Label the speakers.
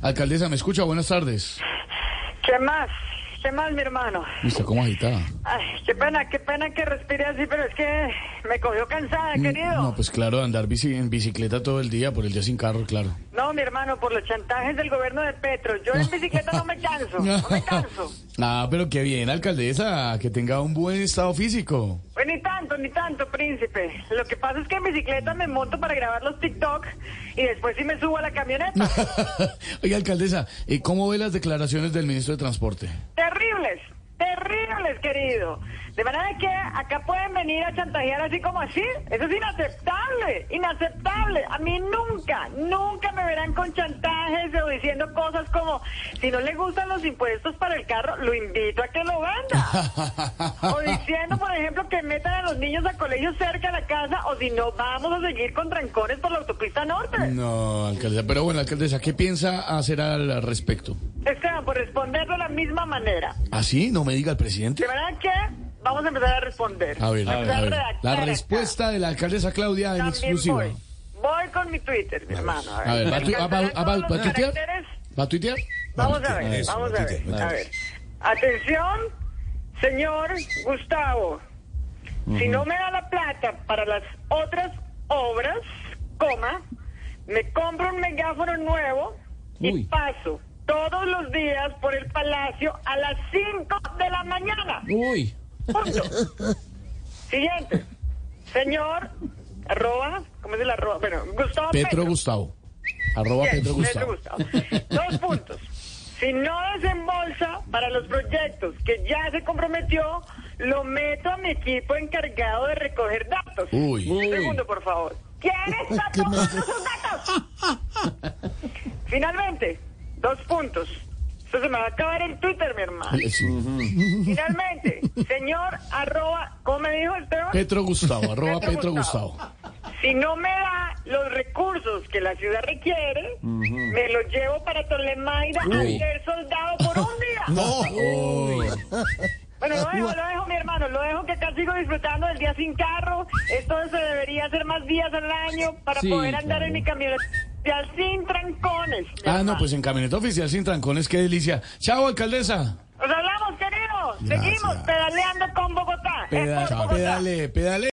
Speaker 1: Alcaldesa, ¿me escucha? Buenas tardes.
Speaker 2: ¿Qué más? ¿Qué más, mi hermano?
Speaker 1: Uy, Está como agitada.
Speaker 2: Ay, qué pena, qué pena que respire así, pero es que me cogió cansada, querido.
Speaker 1: No, pues claro, de andar bici- en bicicleta todo el día, por el día sin carro, claro.
Speaker 2: No, mi hermano, por los chantajes del gobierno de Petro. Yo en bicicleta no me canso, no me canso.
Speaker 1: Ah, pero qué bien, alcaldesa, que tenga un buen estado físico.
Speaker 2: Pues ni tanto, ni tanto, príncipe. Lo que pasa es que en bicicleta me monto para grabar los TikTok y después sí me subo a la camioneta.
Speaker 1: Oiga, alcaldesa, ¿y ¿cómo ve las declaraciones del ministro de Transporte?
Speaker 2: Terribles, terribles, querido. De manera que acá pueden venir a chantajear así como así. Eso es inaceptable, inaceptable. A mí nunca, nunca me verán con chantajes o diciendo cosas como, si no le gustan los impuestos para el carro, lo invito a que lo venda. O diciendo, por ejemplo, que metan a los niños a colegios cerca de la casa o si no, vamos a seguir con trancones por la autopista norte.
Speaker 1: No, alcaldesa, pero bueno, alcaldesa, ¿qué piensa hacer al respecto?
Speaker 2: Esteban, por responder de la misma manera.
Speaker 1: ¿Ah, sí? ¿No me diga el
Speaker 2: De
Speaker 1: presidente?
Speaker 2: manera que vamos a empezar a responder.
Speaker 1: A ver, a ver,
Speaker 2: Empezar
Speaker 1: a ver.
Speaker 2: redactar
Speaker 1: La
Speaker 2: acá.
Speaker 1: respuesta de la alcaldesa Claudia en
Speaker 2: También
Speaker 1: exclusiva.
Speaker 2: voy. Voy con mi Twitter, mi hermano.
Speaker 1: A ver, ¿va a tu- va- va-
Speaker 2: Alcanzará
Speaker 1: va-
Speaker 2: todos
Speaker 1: va a
Speaker 2: los
Speaker 1: tuitear?
Speaker 2: caracteres.
Speaker 1: ¿Va a tuitear?
Speaker 2: Vamos a ver,
Speaker 3: Eso,
Speaker 2: vamos
Speaker 3: va
Speaker 2: a
Speaker 3: a
Speaker 2: ver.
Speaker 3: tuitear, va
Speaker 2: A
Speaker 3: a
Speaker 2: ver. Atención, señor Gustavo. Si no me da la plata para las otras obras, coma, me compro un megáfono nuevo y
Speaker 1: Uy.
Speaker 2: paso todos los días por el palacio a las 5 de la mañana.
Speaker 1: Uy.
Speaker 2: Punto. Siguiente. Señor, arroba, ¿cómo es el arroba? Bueno, Gustavo
Speaker 1: Petro,
Speaker 2: Petro.
Speaker 1: Gustavo. Arroba
Speaker 2: Bien,
Speaker 1: Petro Gustavo.
Speaker 2: Gustavo. Dos puntos. Si no desembolsa para los proyectos que ya se comprometió, lo meto a mi equipo encargado de recoger datos.
Speaker 1: Uy.
Speaker 2: Un Segundo, por favor. ¿Quién está tomando sus datos? Finalmente, dos puntos. Esto se me va a acabar en Twitter, mi hermano.
Speaker 1: Sí.
Speaker 2: Finalmente, señor arroba, ¿cómo me dijo Esteban?
Speaker 1: Petro Gustavo, arroba
Speaker 2: Petro
Speaker 1: Petro
Speaker 2: Gustavo.
Speaker 1: Gustavo.
Speaker 2: Si no me da los recursos que la ciudad requiere, me los llevo para Tolemaida
Speaker 1: Uy.
Speaker 2: a ser soldado por un día. Bueno, lo dejo, lo dejo, mi hermano, lo dejo que acá sigo disfrutando del día sin carro. Esto se debería hacer más días al año para
Speaker 1: Sí,
Speaker 2: poder andar
Speaker 1: claro.
Speaker 2: en mi camioneta sin trancones. mi
Speaker 1: Ah, no,
Speaker 2: hermano.
Speaker 1: pues en camioneta oficial sin trancones, qué delicia. Chao, alcaldesa.
Speaker 2: Nos hablamos, queridos.
Speaker 1: Gracias.
Speaker 2: Seguimos pedaleando con Bogotá. Es por
Speaker 1: Peda-
Speaker 2: Bogotá.
Speaker 1: pedale, pedale.